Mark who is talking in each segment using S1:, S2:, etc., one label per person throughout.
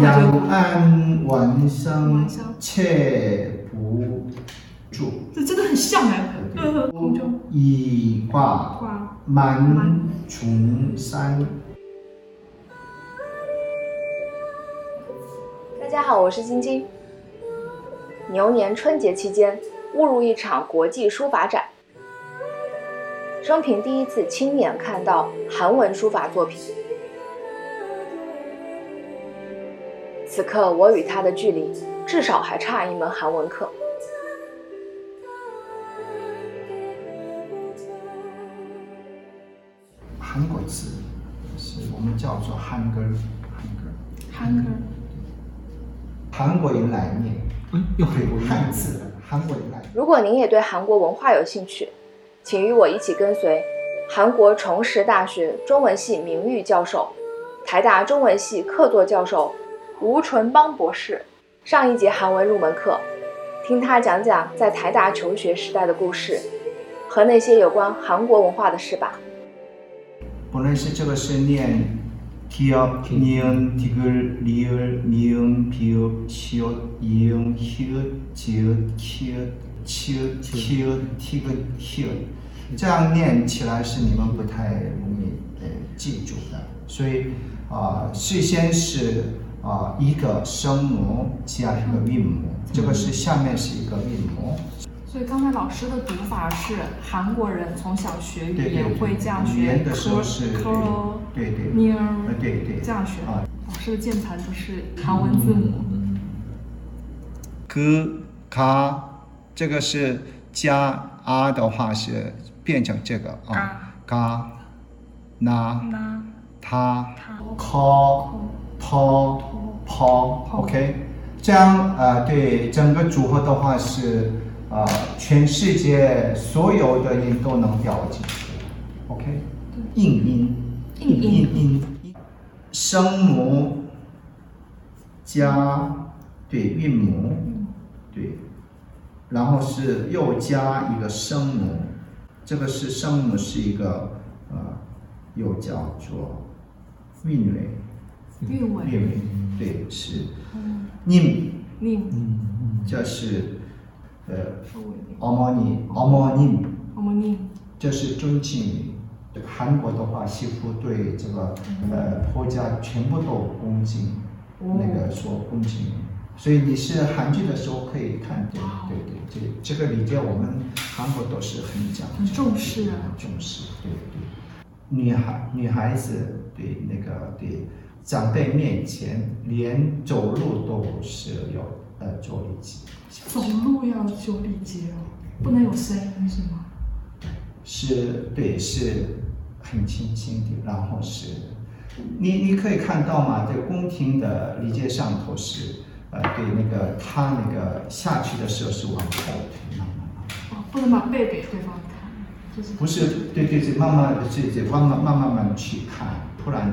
S1: 两岸晚生
S2: 晚生
S1: 切不住，
S2: 这真的很像哎、呃，空中
S1: 以挂
S2: 挂
S1: 满重山。
S3: 大家好，我是晶晶。牛年春节期间，误入一场国际书法展，生平第一次亲眼看到韩文书法作品。此刻，我与他的距离至少还差一门韩文课。
S1: 韩国字是我们叫做汉根，汉根，
S2: 韩歌，
S1: 韩国人来念，
S4: 嗯，用韩国
S1: 对，
S4: 语
S1: 汉字，韩国人来念。
S3: 如果您也对韩国文化有兴趣，请与我一起跟随韩国崇实大学中文系名誉教授、台大中文系客座教授吴纯邦博士上一节韩文入门课，听他讲讲在台大求学时代的故事和那些有关韩国文化的事吧。
S1: 不论是这个是念 t o n i n t i g l i l n i n p u q i n h u j q q q t i g h u 这样念起来是你们不太容易呃记住的，所以啊、事先是啊、一个声母加一个韵母，这个是下面是一个韵母，
S2: 所以刚才老师的读法是韩国人从小学
S1: 对
S2: 语
S1: 对
S2: 言
S1: 对，
S2: 会这样
S1: 语
S2: 学
S1: 言的时候是
S2: k o
S1: 对对
S2: n
S1: 对
S2: e
S1: 呃
S2: r
S1: 对对
S2: 这样学。
S1: 啊
S2: 老师的键盘都是韩文字母，
S1: g 卡，这个是加 r 的话是变成这个啊，嘎那
S2: 那
S1: 他
S2: 它
S1: call p p OK，这样呃对整个组合的话是呃全世界所有的音都能掉进去，OK，硬音
S2: 硬音
S1: 硬音音声母加对韵母
S2: 嗯
S1: 对，然后是又加一个声母，这个是声母是一个呃又叫做韵尾。
S2: 韵
S1: 粤
S2: 文
S1: 语对是 nim，
S2: 令
S1: 这是呃
S2: 是尾音，
S1: omoni omonim，
S2: 我们令
S1: 这是尊敬语。这个韩国的话，几乎对这个呃婆家全部都恭敬，那
S2: 嗯
S1: 个说恭敬。所以你是韩剧的时候可以看，对对
S2: 哦
S1: 对，这这个礼节我们韩国都是很讲究，
S2: 很重视啊
S1: 很重视，对对。女孩女孩子对那个对长辈面前连走路都是要呃做礼节，
S2: 走路要修礼节哦，不能有声音是吗？
S1: 是对，是很轻轻的，然后是，你你可以看到嘛，这个宫廷的礼节上头是，呃，对那个他那个下去的时候是往后退，慢慢慢慢
S2: 哦，不能把背给对方看，就是
S1: 不是对对对，慢慢的去去慢慢慢慢慢慢去看，突然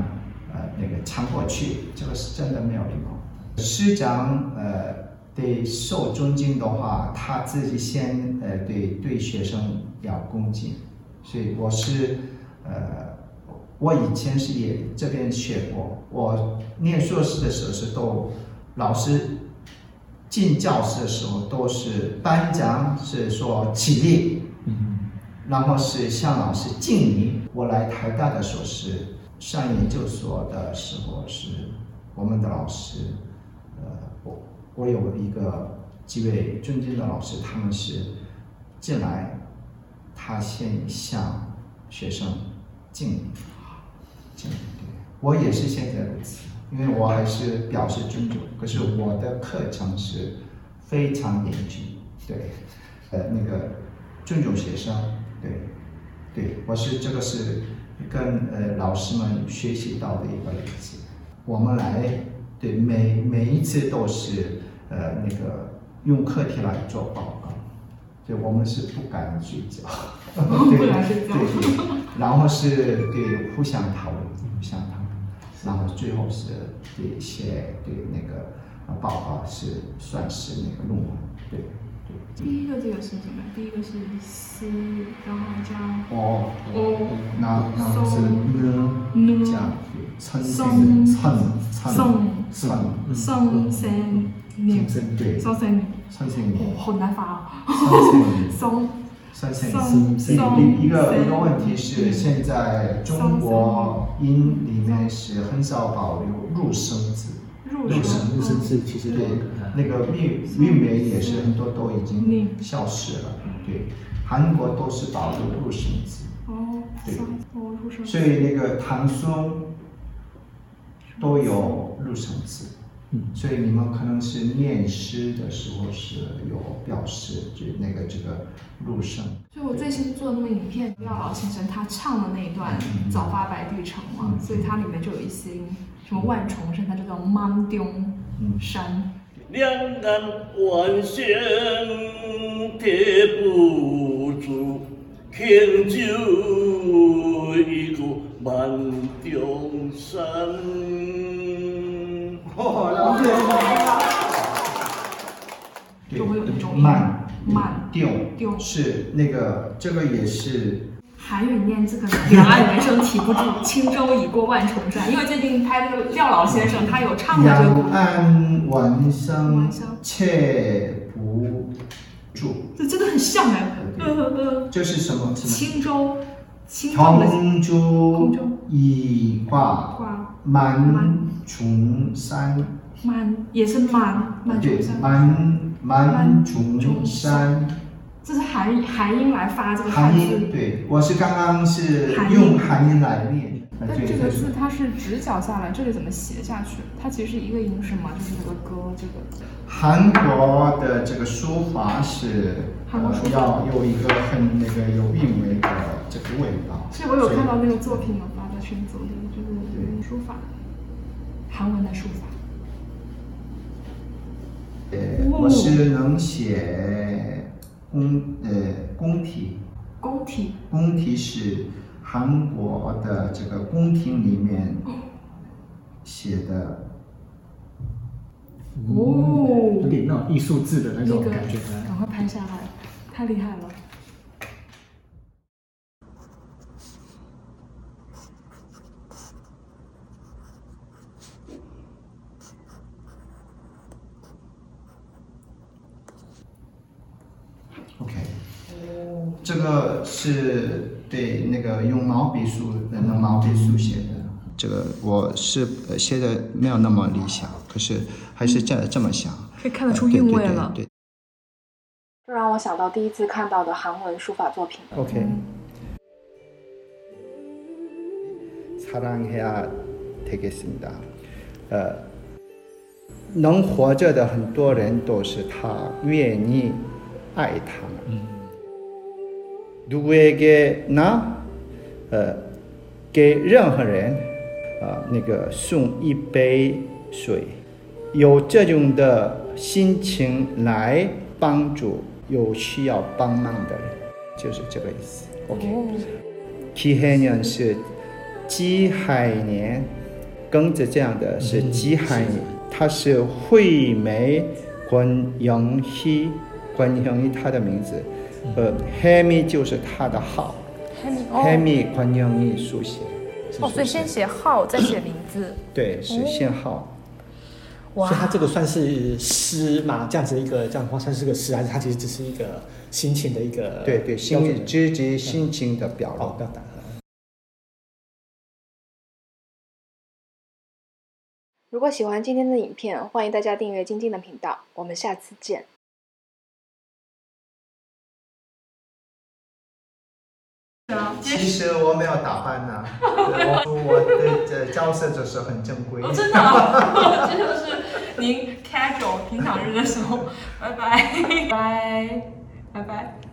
S1: 呃那个抢过去，这个是真的没有礼貌。师长呃得受尊敬的话，他自己先呃对对学生要恭敬，所以我是呃我以前是也这边学过，我念硕士的时候是都老师进教室的时候都是班长是说起立。然后是向老师敬礼。我来台大的时候是上研究所的时候是我们的老师，呃，我我有一个几位尊敬的老师，他们是进来，他先向学生敬礼，敬礼。对我也是现在如此，因为我还是表示尊重，可是我的课程是非常严峻，对，呃，那个尊重学生，对，对我是这个是跟呃老师们学习到的一个礼节。我们来对每每一次都是呃那个用课题来做报告，对我们是不敢睡觉， 对
S2: 不敢睡觉
S1: 对对，然后是对互相讨论，互相讨论，然后最后是对写对那个呃报告是算是那个论文，对对。
S2: 第一个这个是什么？第一个是思，然后加
S1: 哦，
S2: 哦
S1: 那那是呢
S2: 呢
S1: 加对，称
S2: 松
S1: 称称
S2: 颂
S1: 算了，
S2: 上三年，
S1: 三对，
S2: 上三年，
S1: 三千
S2: 哦，
S1: 年，
S2: 好难发啊！
S1: 三千年。
S2: 上
S1: 三千
S2: 上上
S1: 一一个
S2: 三
S1: 一个问题是，现在中国音里面是很少保留入声字，
S2: 入
S1: 入
S2: 手
S1: 声
S4: 入声字其实
S1: 对
S4: 都，
S1: 那个韵韵美也是很多都已经消失了，对，韩国都是保留入声字，
S2: 哦，
S1: 对
S2: 上哦入手
S1: 所以那个唐宋都有入声字，
S4: 嗯
S1: 所以你们可能是念诗的时候是有表示，就那个这个入声。
S2: 所以我最新做的那个影片，廖老先生他唱的那一段“早发白帝城”嘛，
S1: 嗯
S2: 所以它里面就有一些什么万重山，它就叫芒丢山。
S5: 两岸关线铁不住，天就一个满江山。
S1: 对
S2: 就会有一种
S1: 慢
S2: 慢
S1: 调
S2: 调
S1: 是那个这个也是
S2: 韩语念这个两岸猿声啼不住，轻舟已过万重山。因为最近拍那个廖老先生，他有唱过这个
S1: 两
S2: 古，
S1: 岸晚声
S2: 晚上
S1: 切不住，
S2: 这真的很像哎。呃呃，
S1: 这是什么什么？
S2: 轻舟，轻舟的
S1: 同
S2: 同
S1: 舟
S2: 舟
S1: 一挂
S2: 挂
S1: 满重山，
S2: 满也是满满重
S1: 对，
S2: 山，
S1: 满满
S2: 满
S1: 重
S2: 重
S1: 山。
S2: 这是韩韩音来发这个汉
S1: 韩
S2: 字
S1: 音。对，我是刚刚是
S2: 韩音
S1: 用韩音来念，呃
S6: 但
S1: 对
S6: 这
S1: 对
S6: 个
S1: 对
S6: 字它是直角下来，这里怎么斜下去？它其实是一个音是吗？就是这个歌这个。
S1: 韩国的这个书法是
S2: 韩国书
S1: 呃、要有一个很那个有韵味的这个味道。
S2: 所以我有看到
S1: 所以
S2: 那个作品有发在群组里，就是书法，韩文的书法。
S1: 呃，我是能写宫呃宫体，
S2: 宫体
S1: 宫体是韩国的这个宫廷里面写的
S2: 哦
S1: 嗯
S4: 哦有点那种艺术字的那
S2: 那
S4: 种
S2: 个
S4: 感觉啊。
S2: 赶快拍下来，太厉害了！
S1: OK，这个是对那个用毛笔书呃用毛笔书写的。这个我是呃写的没有那么理想，可是还是这这么想，
S2: 可以看
S1: 看
S2: 得出韵味了。
S1: 对对对
S3: 这让我想到第一次看到的韩文书法作品。
S1: OK. 사랑해야 되겠습니다. 어,能活着的很多人都是他愿意爱他们。 누구에게나 어,给任何人，呃，那个送一杯水，有这种的心情来帮助有需要帮忙的人，就是这个意思。OK，己亥年是己亥年，庚子这样的是己亥年，它是惠美关영희，关영희他的名字，呃，黑米就是他的号，黑米关영희书写，是
S7: 哦哦，所以
S1: 书写
S7: 先写号，再写名字。哦
S1: 对是限号。
S4: 所以它这个算是诗嘛？这样子一个这样的话算是个诗，还是它其实只是一个心情的一个
S1: 对对，
S4: 呃标
S1: 心
S4: 准的
S1: 积极心情的表露。
S4: 哦表达？
S3: 如果喜欢今天的影片，欢迎大家订阅晶晶的频道，我们下次见。
S1: 其实我没有打扮 呐、我我的呃这角色就是很正规。
S6: 哦，真的、啊， 这就是您 casual 平常日的时候，拜拜，拜拜，拜拜。